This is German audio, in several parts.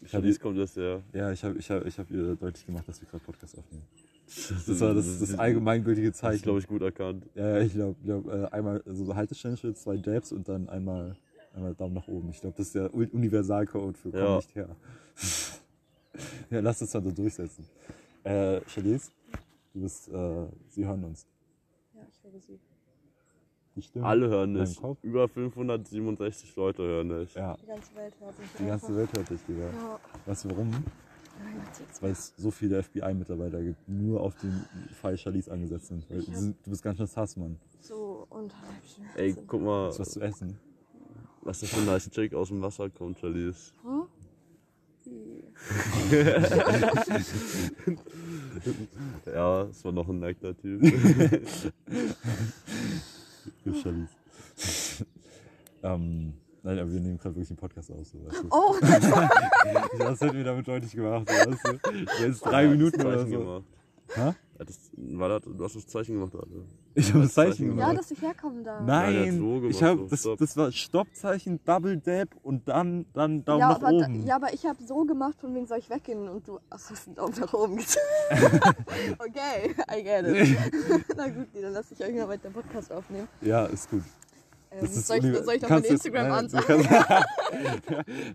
Ich Von hab- dies kommt das, ja. Ja, ich habe ich hab, ich hab ihr deutlich gemacht, dass wir gerade Podcast aufnehmen. Das war das, das allgemeingültige Das ist, Zeichen. glaube ich, gut erkannt. Ja, ich glaube, glaub, äh, einmal so Haltestellenschritt, zwei Jabs und dann einmal, einmal Daumen nach oben. Ich glaube, das ist der Ul- Universalcode für komm Ja. nicht her. ja, lass uns dann so durchsetzen. Äh, Charlize, du bist, äh, sie hören uns. Ja, ich höre sie. Die Stimme. Alle hören Mein nicht. Kopf? Über 567 Leute hören nicht. Ja, Die ganze Welt hört mich. die ganze einfach. Welt hört dich, Digga. Ja. Weißt du warum? Nein, jetzt jetzt. Weil es so viele FBI-Mitarbeiter gibt, nur auf den Fall Charlize angesetzt sind. Weil Ich die hab- sind- du bist ganz schön Hass, Mann. So und Halbschmerzen. Ey, guck mal, Hast du was zu essen? was das für ein nice Chick aus dem Wasser kommt, Charlize. Hm? Die- Ja, es war noch ein nackter Typ. Für Charlize. ähm, nein, aber wir nehmen gerade wirklich einen Podcast auf, so weißt du. Oh, Das hätten wir damit deutlich gemacht, weißt du? Jetzt drei Er hat das Minuten oder Zeichen so. Gemacht. Hä? Er hat das, war das, du hast das Zeichen gemacht, Alter. Ich habe das Zeichen Zeichen gemacht. ja, dass ich herkommen darf. Nein, Nein, er hat so ich gemacht, habe so, das, stopp. das war Stoppzeichen, Double Dab und dann, dann Daumen ja, nach aber, da- oben. ja, aber ich habe so gemacht, von wegen soll ich weggehen und du ach, hast einen Daumen nach oben gezogen. okay, I get it. Na gut, nee, dann lasse ich euch mal weiter Podcast aufnehmen. Ja, ist gut. Ähm, Das ist soll, ich, uni- soll ich noch mein kannst Instagram jetzt, ansagen?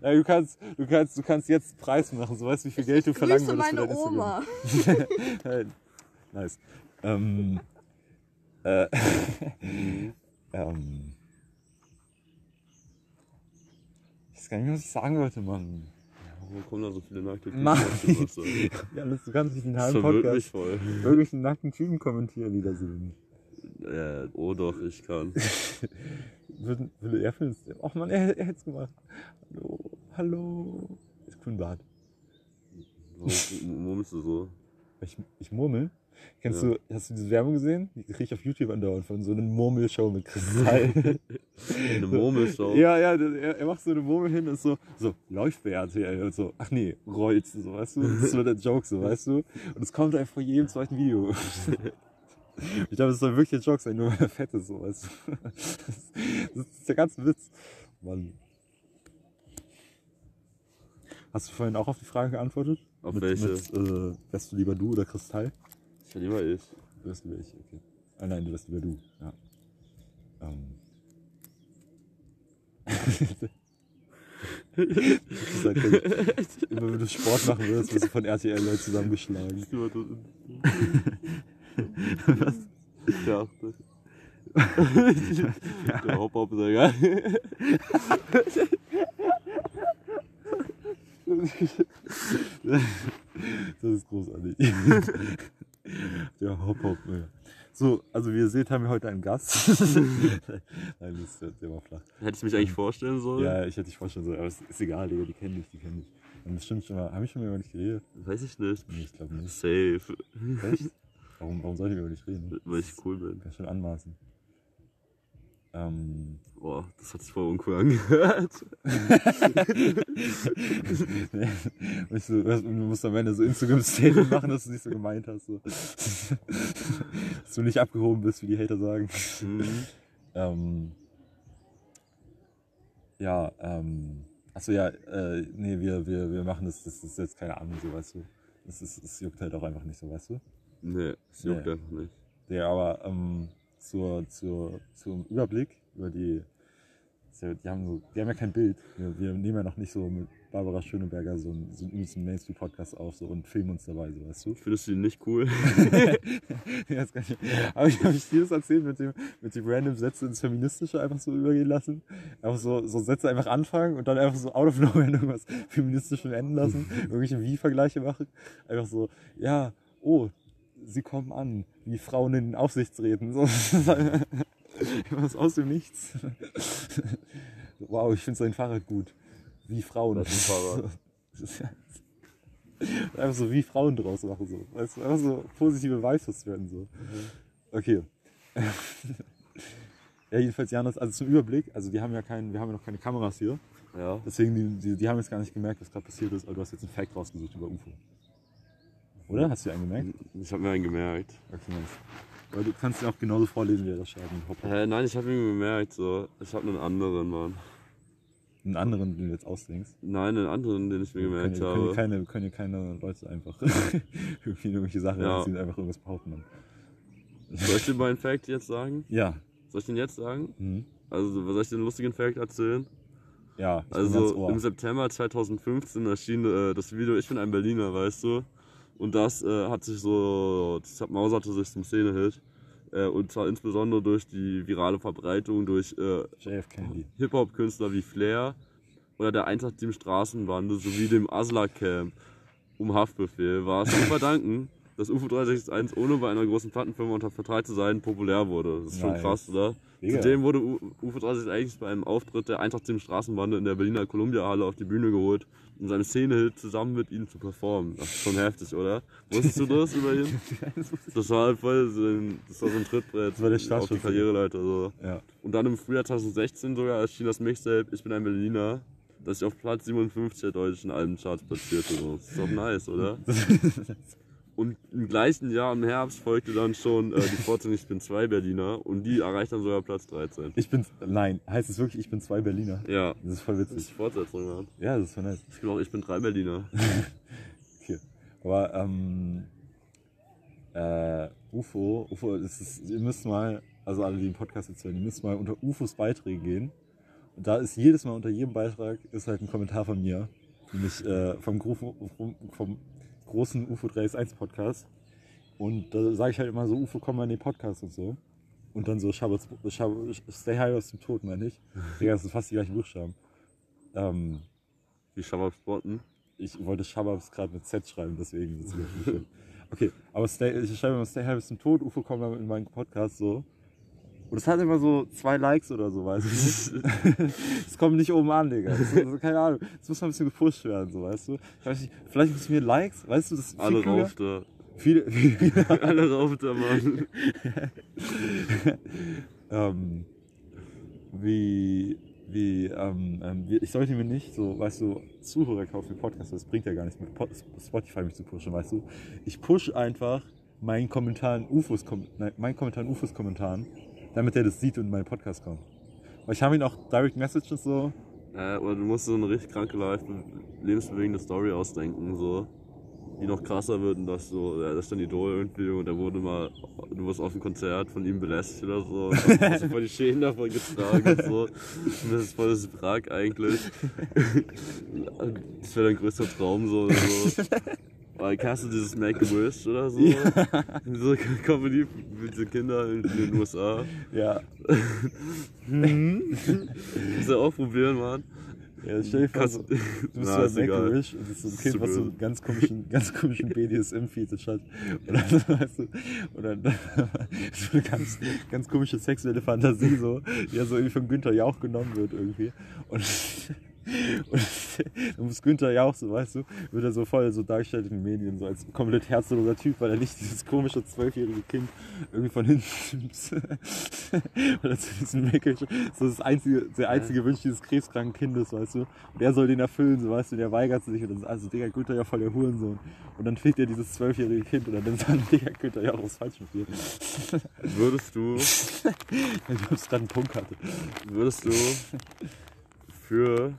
nein, Du kannst, ja, du, kannst, du, kannst, du kannst jetzt einen Preis machen, so weißt du, wie viel Geld du verlangen Grüße würdest für meine dein Instagram. Oma. Nein. Nice. Ähm, äh, ähm, ich weiß gar nicht, mehr, was ich sagen wollte, Mann. Wo kommen da so viele nackte Typen Mann. aus dem Wasser? Ja, das, du kannst nicht den Das halben verwirrt mich voll. Podcast irgendwelchen nackten Typen kommentieren, die da sind. Ja, oh doch, ich kann. Würde, würde er für uns. Ach man, er, er hätt's gemacht. Hallo, hallo. Ist cool ein Bart. Warum murmelst du so? Ich, ich murmel. Kennst Ja. du, hast du diese Werbung gesehen? Die krieg ich auf YouTube andauernd von so einer Murmelshow mit Kristall. Eine Murmelshow. Ja, ja, das- er, er macht so eine Murmel hin und ist so, so, läuft bei RTL und so, ach nee, rollt, so, weißt du? Das ist so der Joke, so, weißt du? Und es kommt einfach vor jedem zweiten Video. Ich glaube, es soll wirklich der Joke sein, nur weil er fett ist, so, weißt du? Das ist der ganze Witz. Mann. Hast du vorhin auch auf die Frage geantwortet? Auf mit, welche? Mit, äh, wärst du lieber du oder Kristall? Ich will lieber ich. Du wärst lieber ich, okay. Ah nein, du wärst lieber du, ja. Ähm. Das ist halt der- Immer wenn du Sport machen würdest, wirst du von RTL zusammengeschlagen. Was? Der Achte. Der Hop-Hop ist ja geil. Das ist großartig. Der Hop Hop. ja. So, also wie ihr seht, haben wir heute einen Gast. Nein, das ist der war flach. Hättest du mich eigentlich vorstellen sollen? Ja, ich hätte dich vorstellen sollen, aber es ist egal, Digga, die kennen dich, die kennen dich. Und bestimmt schon mal, haben wir schon mal über dich geredet? Weiß ich nicht. Nee, ich glaube nicht. Safe. Echt? Warum, warum soll ich über dich reden? Weil ich cool bin. Ganz schön anmaßen. Ähm, Boah, das hat sich voll uncool angehört. und ich so, weißt du, du musst am Ende so Instagram-Statement machen, dass du es nicht so gemeint hast. So. dass du nicht abgehoben bist, wie die Hater sagen. Mhm. Ähm, ja, ähm, achso, ja, äh, nee, wir, wir, wir machen das, das ist jetzt keine Ahnung, so, weißt du. Das, ist, das juckt halt auch einfach nicht so, weißt du. Nee, das juckt Nee. einfach nicht. Ja, aber ähm, zur, zur, zum Überblick über die. Die haben, so, die haben ja kein Bild. Wir, wir nehmen ja noch nicht so mit Barbara Schöneberger so einen, so einen übelsten Mainstream-Podcast auf so, und filmen uns dabei, so, weißt du? Findest du die nicht cool? ja, das kann ich, aber ich habe dir das erzählt mit dem, mit dem random Sätze ins Feministische einfach so übergehen lassen. Einfach so, so Sätze einfach anfangen und dann einfach so out of nowhere irgendwas Feministisches enden lassen, irgendwelche Wie-Vergleiche machen. Einfach so, ja, oh, sie kommen an, wie Frauen in den Aufsichtsräten. So, halt was aus dem Nichts. wow, ich finde sein Fahrrad gut. Wie Frauen. Das ist ein Fahrrad. Einfach so wie Frauen draus machen, so. Weißt du, einfach so positive Vibes werden, so. Okay. ja, jedenfalls, Janis, also zum Überblick, also die haben ja keinen, wir haben ja noch keine Kameras hier. Ja. Deswegen, die, die, die haben jetzt gar nicht gemerkt, was gerade passiert ist, aber du hast jetzt einen Fact rausgesucht über UFO. Oder? Hast du einen gemerkt? Ich hab mir einen gemerkt. Okay, nice. Aber du kannst ihn auch genauso vorlesen, wie er das schreibt. mit Hopp- Hä, nein, ich hab ihn gemerkt, so. Ich hab einen anderen, Mann. Einen anderen, den du jetzt ausdenkst. Nein, den anderen, den ich mir Können, gemerkt ja- können, ja habe. keine, können ja keine Leute einfach irgendwie irgendwelche Sachen Ja. anziehen, einfach irgendwas behaupten. Mann. Soll ich dir meinen Fact jetzt sagen? Ja. Soll ich den jetzt sagen? Mhm. Also, soll ich dir einen lustigen Fact erzählen? Ja, ich bin ganz Also, im ohr. September 2015 erschien äh, das Video Ich bin ein Berliner, weißt du? Und das äh, hat sich so, das mauserte sich zum Szenehit. Äh, und zwar insbesondere durch die virale Verbreitung durch äh, JF Kennedy. Hip-Hop-Künstler wie Flair oder der Einsatz im Straßenbande sowie dem Asla-Camp um Haftbefehl war es zu verdanken, dass UFO 361 ohne bei einer großen Plattenfirma unter Vertrag zu sein populär wurde. Das ist schon Nice. krass, oder? Mega. Zudem wurde U- UFO 361 bei einem Auftritt der Eintracht im Straßenbande in der Berliner Columbia-Halle auf die Bühne geholt, um seine Szene zusammen mit ihnen zu performen. Das ist schon heftig, oder? Wusstest du das über ihn? Das war halt voll so ein, das war so ein Trittbrett war der auf die also. Startschuss. Karriereleiter. So. Ja. Und dann im Frühjahr 2016 sogar erschien das Mixtape Ich bin ein Berliner, das sich auf Platz 57 der deutschen Albencharts platzierte. So. Das ist doch nice, oder? Und im gleichen Jahr im Herbst folgte dann schon äh, die Fortsetzung Ich bin zwei Berliner und die erreicht dann sogar Platz 13. Ich bin, nein, heißt es wirklich, ich bin zwei Berliner? Ja, Das ist voll das ist witzig. die Fortsetzung, Mann. Ja, das ist voll nice. Ich bin auch Ich bin drei Berliner. Okay. Aber, ähm, äh, UFO, UFO, das ist, ihr müsst mal, also alle, die den Podcast jetzt hören, ihr müsst mal unter UFOs Beiträge gehen. Und da ist jedes Mal unter jedem Beitrag ist halt ein Kommentar von mir, nämlich äh, vom, Grufo- vom, vom großen UFO 361 Podcast. Und da sage ich halt immer so, UFO, komm mal in den Podcast und so. Und dann so, Schabbat, Schabbat, Stay High aus dem Tod, meine ich. Digga, das sind fast die gleichen Buchstaben. Ähm, Die Shabab spotten. ich wollte Shababs gerade mit Z schreiben, deswegen. ist es mir nicht schlimm. okay, aber Stay, ich schreibe immer Stay High bis zum Tod, UFO kommt dann in meinen Podcast so. Und es hat immer so zwei Likes oder so, weißt du? Es kommt nicht oben an, Digga. Das ist, also, keine Ahnung. Es muss mal ein bisschen gepusht werden, so, weißt du? Ich weiß nicht, vielleicht müssen wir Likes, weißt du, das ist viel Alle klüger. rauf da. Viele, viele, Alle rauf da, Mann. ähm, wie, wie, ähm, ähm, wie, ich sollte mir nicht so, weißt du, Zuhörer kaufen für Podcasts, das bringt ja gar nichts mit Po- Spotify mich zu pushen, weißt du. Ich push einfach meinen Kommentaren UFOs, Kom- nein, meinen Kommentaren UFOs Kommentaren, damit er das sieht und in meinen Podcast kommt. Weil ich habe ihn auch Direct Messages so, Äh, oder du musst so eine richtig kranke, live- lebensbewegende Story ausdenken, so. Die noch krasser wird und das so, ja, das ist dann Idol irgendwie und er wurde mal, du wirst auf ein Konzert von ihm belästigt oder so. Und dann hast du voll die Schäden davon getragen und so. Und das ist voll das Wrack eigentlich. Das wäre dein größter Traum so oder so. Weil kennst du dieses Make-A-Wish oder so? So Comedy mit den Kindern in den USA. ja, Kannst du ja auch probieren, Mann. ja stell dir vor, Kannst- so, du bist Na, so ein ist egal. Make-A-Wish und das ist so ein Ist Kind, zu was so blöd. einen ganz komischen, ganz komischen BDSM-Fetisch hat. Und dann, halt. weißt du, und dann so eine ganz, ganz komische sexuelle Fantasie, so, die ja so irgendwie von Günther Jauch genommen wird irgendwie. Und, und dann muss Günther Jauch, so weißt du, wird er so voll so dargestellt in den Medien, so als komplett herzloser Typ, weil er nicht dieses komische zwölfjährige Kind irgendwie von hinten oder zu diesem Make-up, so das einzige, der einzige Wunsch dieses krebskranken Kindes, weißt du. Und er soll den erfüllen, so weißt du, der weigert sich und dann ist also Digga Günther ja voll der Hurensohn. Und dann fehlt dir dieses zwölfjährige Kind und dann sagt Digga Günther ja auch was falsch mit dir. Würdest du Ich hab's gerade einen Punkt hatte. würdest du für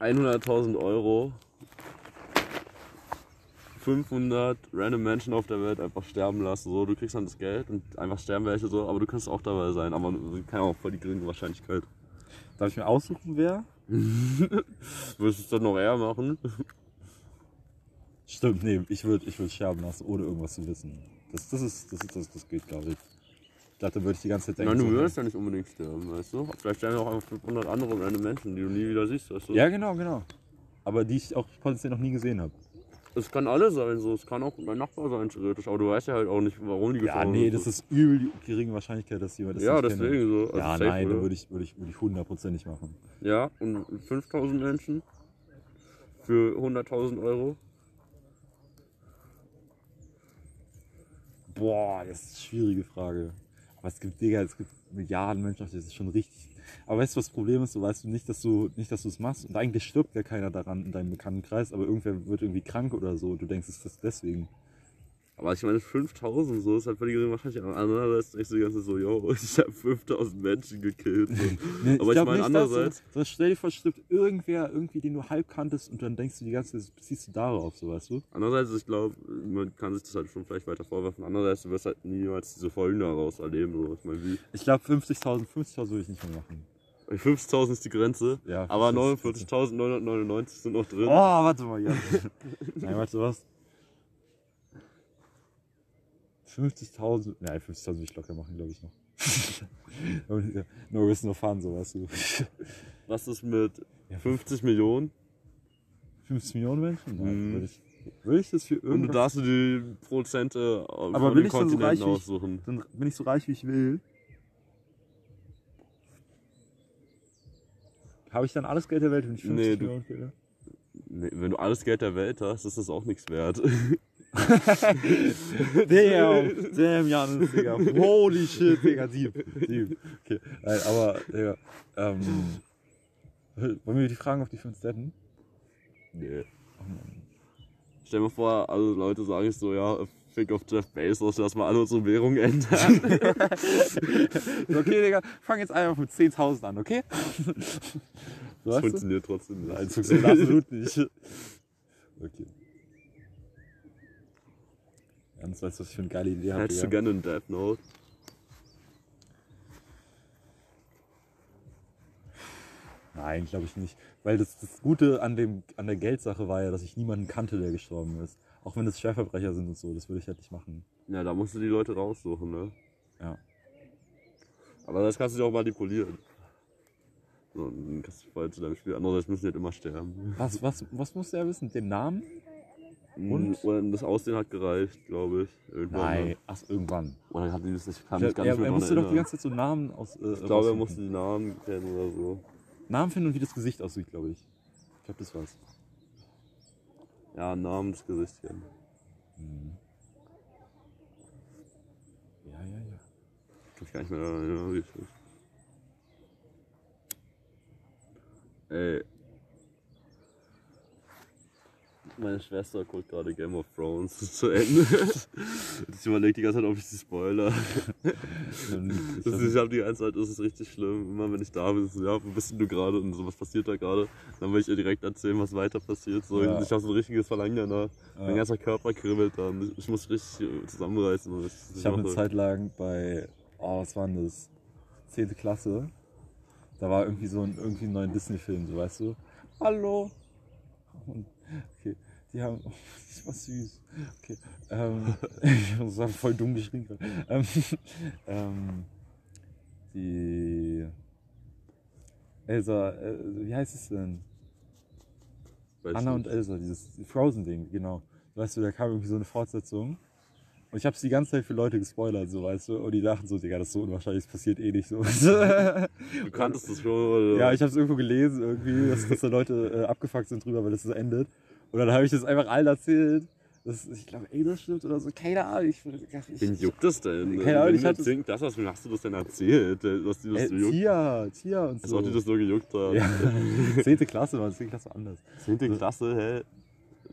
100.000 Euro 500 random Menschen auf der Welt einfach sterben lassen. So, du kriegst dann das Geld und einfach sterben welche so, aber du kannst auch dabei sein. Aber keine Ahnung, voll die geringe Wahrscheinlichkeit. Darf ich mir aussuchen, wer? Würdest du es dann noch eher machen? Stimmt, nee, ich würde ich würd sterben lassen, ohne irgendwas zu wissen. Das, das, ist, das, ist, das, das geht, glaube ich. Ich dachte, da würde ich die ganze Zeit Ich denken. meine, du so, würdest ja nicht unbedingt sterben, weißt du? Vielleicht sterben auch einfach 500 andere random Menschen, die du nie wieder siehst, weißt du? Ja, genau, genau. Aber die ich auch potenziell noch nie gesehen habe. Es kann alles sein, so. Es kann auch dein Nachbar sein, theoretisch. Aber du weißt ja halt auch nicht, warum die Ja, gefahren nee, sind, das so. ist übel die geringe Wahrscheinlichkeit, dass jemand das Ja, nicht deswegen kennt. so. Also ja, safe, nein, oder? da würde ich, würde ich, würde ich hundertprozentig machen. Ja, und 5000 Menschen für 100.000 Euro. Boah, das ist eine schwierige Frage. Aber es gibt, Digga, es gibt Milliarden Menschen, auf der- das ist schon richtig. Aber weißt du, was das Problem ist? Du weißt nicht, dass du nicht, dass du es machst. Und eigentlich stirbt ja keiner daran in deinem Bekanntenkreis, aber irgendwer wird irgendwie krank oder so und du denkst, es ist deswegen. Aber ich meine, 5000 so ist halt völlig gering wahrscheinlich. Aber andererseits denkst du die ganze Zeit so, yo, ich habe 5000 Menschen gekillt. So. Nee, Aber ich glaub meine nicht, dass andererseits- Du, sonst stell dir vor, stirbt irgendwer, irgendwie, den du halb kanntest und dann denkst du die ganze Zeit, siehst du darauf, so weißt du? Andererseits, ich glaube, man kann sich das halt schon vielleicht weiter vorwerfen. Andererseits, du wirst halt niemals diese Folgen daraus erleben. So. Ich meine, wie? Ich glaube 50.000, 50.000 würde ich nicht mehr machen. 50.000 ist die Grenze, Ja, aber 50.000 ist 49.999 sind noch drin. Oh, warte mal, ja. Nein, weißt du was? 50.000, nein, 50.000 würde ich locker machen, glaube ich noch. no risk, no fun, so weißt du. Was ist mit Ja. 50 Millionen? 50 Millionen Menschen? Nein, Mhm. würde ich, würde ich das für Und du irgendwas... darfst dir die Prozente auf Aber von bin den ich dann so Kontinenten reich wie ich- aussuchen. Dann bin ich so reich, wie ich will. Habe ich dann alles Geld der Welt, wenn ich 50 Nee, du- Millionen kriege? Nee, wenn du alles Geld der Welt hast, ist das auch nichts wert. Damn, damn, Janis, Digga. Holy shit, Digga, sieben. Sieben. Okay, nein, aber, Digga, ähm, wollen wir die Fragen auf die fünf setzen? nee. Stell dir mal vor, also Leute sagen jetzt so, ja, fick auf Jeff Bezos, lass mal alle unsere Währung ändern. Okay, Digga, fang jetzt einfach mit 10.000 an, okay? So, das weißt du? funktioniert trotzdem nicht. Nein, das funktioniert absolut nicht. Okay. Ganz weißt du, was ich für eine geile Idee habe, Hättest du Digga. gerne einen Death Note? Nein, glaube ich nicht. Weil das, das Gute an, dem, an der Geldsache war ja, dass ich niemanden kannte, der gestorben ist. Auch wenn das Schwerverbrecher sind und so, das würde ich halt nicht machen. Ja, da musst du die Leute raussuchen, ne? Ja. Aber das kannst du dich auch manipulieren. So, dann kannst du voll zu deinem Spiel. Andererseits müssen die halt immer sterben. Was, was, was musste er wissen? Den Namen? Und? Und? Und Mm, das Aussehen hat gereicht, glaube ich. Irgendwann. Nein, ach, irgendwann. Oder hat die das nicht, kann Er, mich gar nicht er, mehr er dran musste doch die erinnern. ganze Zeit so Namen aus. Äh, Ich glaube, er musste die Namen kennen oder so. Namen finden und wie das Gesicht aussieht, glaube ich. Ich glaube, das war's. Ja, Namen des Gesichts kennen. Ja, ja, ja. Kann ich gar nicht mehr daran erinnern. wie es ist. Ey. Meine Schwester guckt gerade Game of Thrones um zu Ende. ich überlege die ganze Zeit, ob ich sie spoiler. Ähm, Das ist, ich habe die ganze Zeit, das ist richtig schlimm. Immer wenn ich da bin, so, ja, wo bist denn du gerade und so, was passiert da gerade? Dann will ich ihr direkt erzählen, was weiter passiert. So, Ja. Ich habe so ein richtiges Verlangen danach. Ja. Mein ganzer Körper kribbelt dann. Ich muss richtig äh, zusammenreißen. was ich Ich habe eine mache. Zeit lang bei, oh, was war denn das? 10. Klasse. Da war irgendwie so ein, irgendwie ein neuer Disney-Film, so weißt du. Hallo. Und, okay, die haben, oh, das war süß. Okay, ähm, ich muss sagen, voll dumm geschrien gerade. Ähm, ähm, die Elsa, äh, wie heißt es denn? Weiß Anna und nicht. Elsa, dieses Frozen-Ding, genau. Weißt du, da kam irgendwie so eine Fortsetzung. Und ich hab's die ganze Zeit für Leute gespoilert, so weißt du. Und die dachten so, Digga, das ist so unwahrscheinlich, das passiert eh nicht so. Du kanntest es schon, oder? ja, ich hab's irgendwo gelesen irgendwie, dass, dass da Leute äh, abgefuckt sind drüber, weil das so endet. Und dann habe ich das einfach allen erzählt. Das, ich glaube, ey, das stimmt oder so. Keine Ahnung. Ich, ich, Wen juckt das denn? Keine Ahnung, Wenn ich du hatte- erzählst, das, was mir hast du das denn erzählt? Dass die das äh, so juckt. Tia, Tia und Als so. ob die das nur gejuckt haben. ja. Zehnte Klasse war, zehnte Klasse war anders. Zehnte Klasse, hä?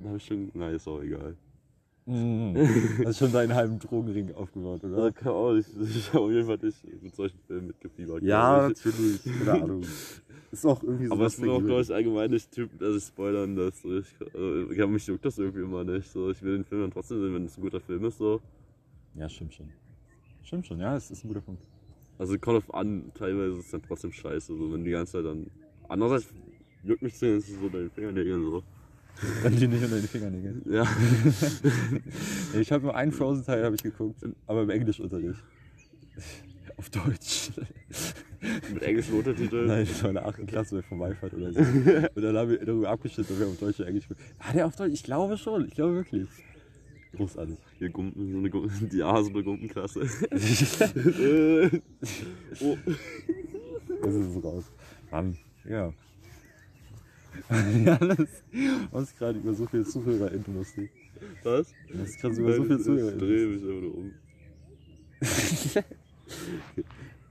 Da habe ich schon. Nein, ist auch egal. Mhm. Hast schon deinen halben Drogenring aufgebaut, oder? Also, keine Ahnung, ich, ich habe auf jeden Fall nicht mit solchen Filmen mitgefiebert. Ja, glaub ich. natürlich. Keine Ahnung. Ist auch irgendwie so. Aber was es wird auch, glaube Reguläres. ich, allgemein nicht Typ, dass ich spoilern lässt. So, Ich, also, ich hab- mich juckt das irgendwie immer nicht. So. Ich will den Film dann trotzdem sehen, wenn es ein guter Film ist. So. Ja, stimmt schon. Stimmt schon, ja, es ist ein guter Punkt. Also kommt auf an, teilweise ist es dann trotzdem scheiße. So, wenn die ganze Zeit dann. Andererseits juckt mich zumindest so deine Fingernägel so. Wenn die nicht unter die Fingernägel. Ja. Nee, Ich habe nur einen Frozen-Teil habe ich geguckt, aber im Englischunterricht. Auf Deutsch. Mit englischen Untertiteln. Nein, ich war in der 8. Klasse bei Vorbeifahrt oder so. Und dann haben wir darüber abgestimmt, ob wir auf Deutsch oder Englisch gucken. War der auf Deutsch? Ich glaube schon, ich glaube wirklich. Großartig. Hier Gumpen, so eine Gumpen, die A so eine Gumpenklasse. Äh, oh. Das ist es raus. Mann. Ja. Ja, das uns gerade über so viele ZuhörerInnen lustig. Was? Das ist gerade sogar so viel Ich zu. drehe mich einfach nur um.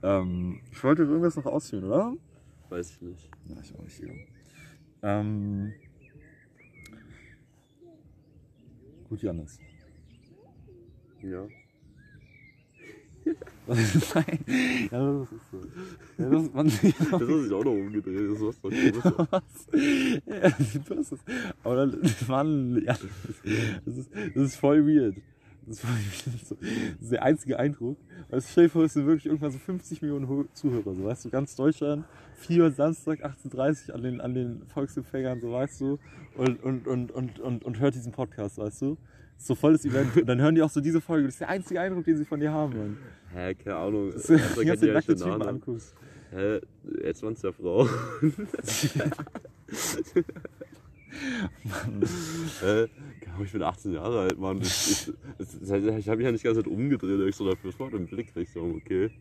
Ähm, ich wollte irgendwas noch ausführen, oder? Weiß ich nicht. Na, ich auch nicht. Ja. Ähm, gut, Janis. Ja. Nein. Ja, das ist so. Ja, das ist man sieht Das hat sich auch noch umgedreht. Das ist was voll komisch. was. Ja, du hast es. Aber dann, Mann, ja, das ist, das ist voll weird. Das ist, voll weird. So, das ist der einzige Eindruck. Also stell dir vor, es sind wirklich irgendwann so 50 Millionen Ho- Zuhörer, so weißt du, ganz Deutschland, 4 Samstag, 18.30 Uhr an den, an den Volksempfängern, so weißt du, und, und, und, und, und, und hört diesen Podcast, weißt du. Das ist so volles Event. Und dann hören die auch so diese Folge. Das ist der einzige Eindruck, den sie von dir haben, Mann. Hä, keine Ahnung. Dass Das du ist die ganze nackte echt Typen Ahnung. anguckst. Hä, jetzt waren's ja Frau. Hä, keine Ahnung, ich bin 18 Jahre alt, Mann. Ich, ich, das- das- ich habe mich ja nicht die ganze Zeit umgedreht, dass ich so dafür Sport im Blick krieg. So, okay.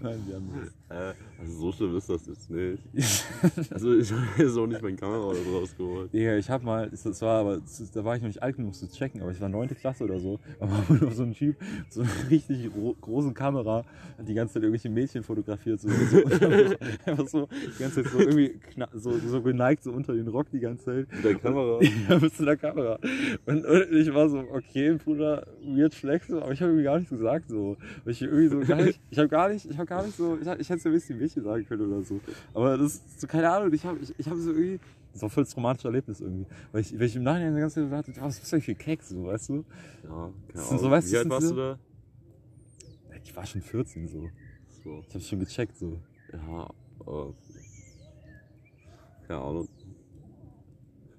Nein, die haben Hä, also so schlimm ist das jetzt nicht. das. Also ich habe jetzt auch nicht meine Kamera oder so rausgeholt. Digga, ich hab mal, das das war aber, das- da war ich noch nicht alt genug um zu checken, aber ich war neunte Klasse oder so. Aber wurde auf so einem Typ, mit so einer richtig gro großen Kamera, hat die ganze Zeit irgendwelche Mädchen fotografiert. So, so, einfach so, die ganze Zeit so irgendwie kna- so, so geneigt, so unter den Rock die ganze Zeit. Mit der Kamera. Ja, bist du der Kamera. Und, und ich war so, okay, Bruder, weird flex, aber ich habe irgendwie gar nichts gesagt so. Weil Ich irgendwie so gar nicht, ich habe gar nicht, ich habe gar nicht so, ich, hab- ich hätte so ein bisschen Mädchen sagen können oder so. Aber das ist so, keine Ahnung, ich habe ich, ich hab so irgendwie, das war voll das traumatische Erlebnis irgendwie. Weil ich, weil ich im Nachhinein die ganze Zeit dachte, boah, was bist du denn für ein Keks, so, weißt du? Ja, keine Sind Ahnung. so, weißt du, Wie alt sind warst so- du da? Ich war schon 14 so. So. Ich habe schon gecheckt so. Ja, äh, keine Ahnung.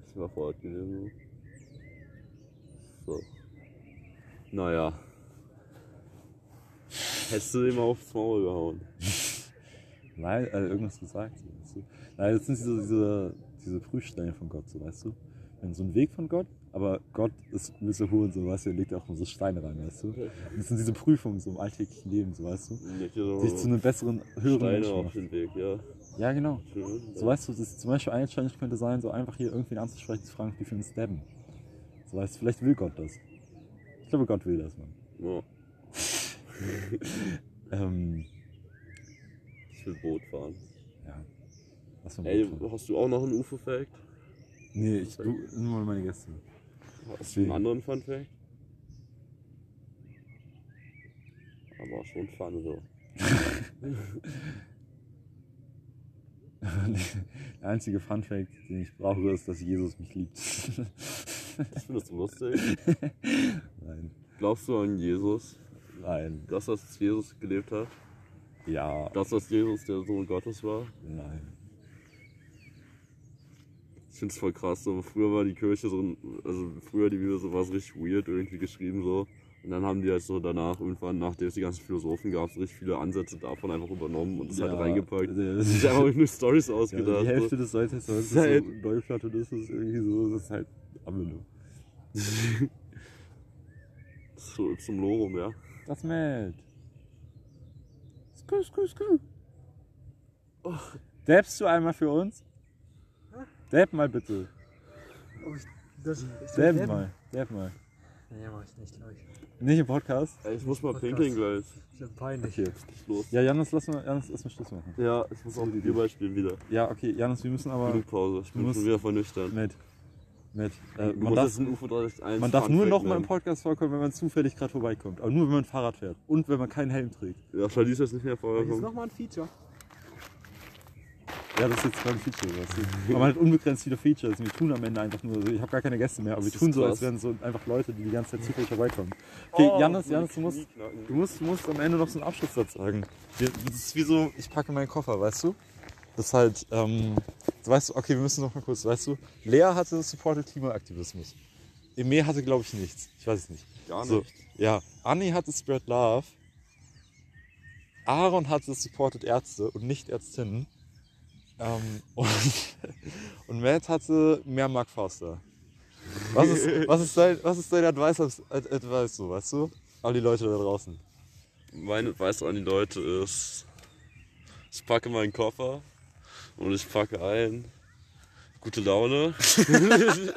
Ich war vor Ort gewesen. So. Naja. Hättest du dem aufs Maul gehauen? Nein, äh, irgendwas gesagt, so, weißt du? Nein, das sind diese, diese, diese Prüfsteine von Gott, so, weißt du? Wir haben so einen Weg von Gott, aber Gott ist ein bisschen hoch und so, weißt du? Er legt auch so Steine rein, weißt du? Und das sind diese Prüfungen so im alltäglichen Leben, so, weißt du? Nicht so Dich zu einem besseren, höheren Steine Menschen auf macht. den Weg, ja. Ja, genau. Schön. So, weißt du, das ist zum Beispiel eine Challenge könnte sein, so einfach hier irgendwen anzusprechen, zu fragen, ob die für uns stabben. So, weißt du, vielleicht will Gott das. Ich glaube, Gott will das, Mann. ja. Ähm, Ich will Boot fahren. ja. Was für ein Ey, Bootfahrer. hast du auch noch einen UFO-Fact? Nee, ich, du, nur meine Gäste. Hast du einen Nee. anderen Fun-Fact? Aber auch schon Fun, so. Der einzige Funfact, den ich brauche, ist, dass Jesus mich liebt. Ich finde das so lustig. nein, Glaubst du an Jesus? nein, Dass das Jesus gelebt hat? ja, Dass das Jesus der Sohn Gottes war? nein. Ich finde es voll krass. So. Früher war die Kirche so, ein- also früher die Bibel so war es richtig weird irgendwie geschrieben so. Und dann haben die halt so danach irgendwann, nachdem es die ganzen Philosophen gab, so richtig viele Ansätze davon einfach übernommen und es Ja, halt reingepackt. das- Das ist einfach nur Stories Ja, also ausgedacht. die Hälfte so. des Neuen Testaments ist so Seit- Neuplatonistisch irgendwie so, das ist halt Amelo. So Ipsum Lorum, ja. Das mad. Skü, skü, skü. Dappst du einmal für uns? Dapp mal bitte. Ob ich Oh, das, ich soll Dapp dabben? mal. Dapp mal. Nee, mach ich nicht, glaub ich. Nicht im Podcast? Ey, ich muss mal Podcast. pinkeln gleich. Ist ja peinlich. Okay. Was ist los? Ja, Janus, lass mal, Janus, lass mal Schluss machen. Ja, ich muss auch mit dir spielen wieder. Ja, okay, Janus, wir müssen aber. Genug Pause. Ich Du bin musst- schon wieder voll nüchtern. Mit. Mit. Du Äh, man musst jetzt darf, ein UFO 361 man darf nur Funfact noch mal im nennen. Podcast vorkommen, wenn man zufällig gerade vorbeikommt. Aber nur, wenn man Fahrrad fährt. Und wenn man keinen Helm trägt. Ja, Charlie ist jetzt nicht mehr vorher Welches gekommen. nochmal ein Feature? Ja, das ist jetzt kein Feature. Weißt du? Aber man hat unbegrenzt viele Features. Und wir tun am Ende einfach nur, so- ich habe gar keine Gäste mehr, aber wir ist tun so, als krass. wären so einfach Leute, die die ganze Zeit zufällig vorbeikommen. Okay, Janis, Janis, du musst, du, musst, du musst am Ende noch so einen Abschlusssatz sagen. Wir- Das ist wie so, ich packe meinen Koffer, weißt du? Das ist halt, ähm, so weißt du, okay, wir müssen noch mal kurz, weißt du, Lea hatte Supported Klimaaktivismus. Emé hatte, glaube ich, nichts. Ich weiß es nicht. Gar So, ja, Anni hatte Spread Love. Aaron hatte Supported Ärzte und nicht Ärztinnen. Ähm, und, und Matt hatte mehr Mark Forster. Was ist, was ist, dein, was ist dein Advice, als- als- Advice so, weißt du? All die Leute da draußen. Mein Advice an die Leute ist, ich packe meinen Koffer und ich packe ein. Gute Laune. Eine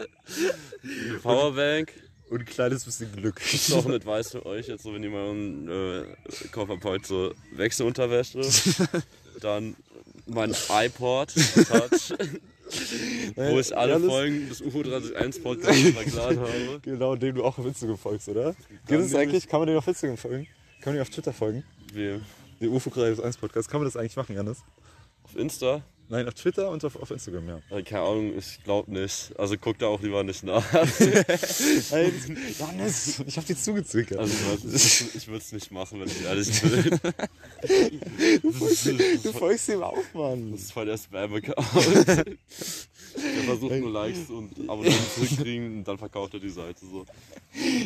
Powerbank. Und ein kleines bisschen Glück. Ist auch ein Advice für euch jetzt, so, wenn ihr mal einen äh, Koffer packt, so wechsel Unterwäsche. Dann mein iPod Touch, wo ich alle Janis- Folgen des UFO 31 Podcasts verklaut habe. Genau, dem du auch auf Instagram folgst, oder? Gibt Dann es bin eigentlich, kann man den auf Instagram folgen? Kann man den auf Twitter folgen? Wie? Der UFO 1 Podcast, kann man das eigentlich machen, Janis? Auf Insta? Nein, auf Twitter und auf, auf Instagram, ja. Äh, Keine Ahnung, ich glaub nicht. Also guck da auch lieber nicht nach. Janis, ich hab dir zugezwickert. Also ich würd- ich würde es nicht machen, wenn ich ehrlich bin. Das ist, du folgst ihm auch, Mann. das ist voll der Spam-Account. Der versucht nur Likes und Abonnenten zurückzukriegen und dann verkauft er die Seite so.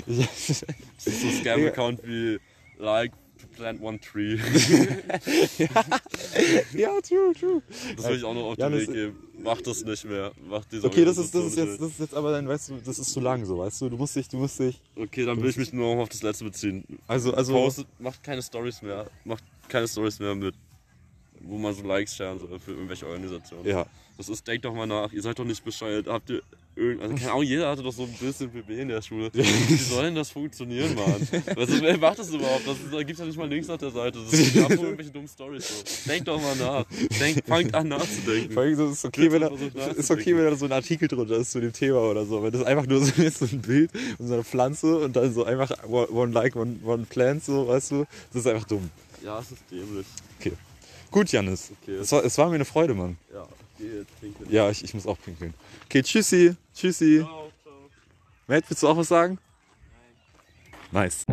Das ist so ein Scam-Account wie Like to plant one tree. ja, true, true. Das will ich auch noch auf den Janis, Weg geben. Mach das nicht mehr. Mach diese Okay, das ist, das ist Organisation jetzt, das ist jetzt aber dann, weißt du, das ist zu lang so, weißt du, du musst dich, du musst dich, nicht. Okay, dann will ich mich nur noch auf das letzte beziehen. also, also, Postet, macht keine Stories mehr. Macht keine Stories mehr mit, wo man so Likes scheren soll für irgendwelche Organisationen. ja, Das ist, denkt doch mal nach, ihr seid doch nicht bescheuert. Habt ihr irgend, also keine Ahnung, jeder hatte doch so ein bisschen PB in der Schule. Wie soll denn das funktionieren, Mann? Also, wer macht das überhaupt? Das ist, da gibt's ja nicht mal links nach der Seite. Das ist ja irgendwelche dummen Stories. So. Denkt doch mal nach. Denkt, fangt an nachzudenken. vor allem so, ist okay, wenn da, versucht ist okay, wenn da so ein Artikel drunter ist zu dem Thema oder so, wenn das einfach nur so ist, so ein Bild und so eine Pflanze und dann so einfach one, one like, one, one plant, so, weißt du, das ist einfach dumm. Ja, es ist dämlich. Okay. Gut, Janis, Okay. es, war, es war mir eine Freude, Mann. Ja, geh jetzt pinkeln. Ja, ich, ich muss auch pinkeln. Okay, tschüssi, tschüssi. Ciao, ciao. Matt, willst du auch was sagen? Nice.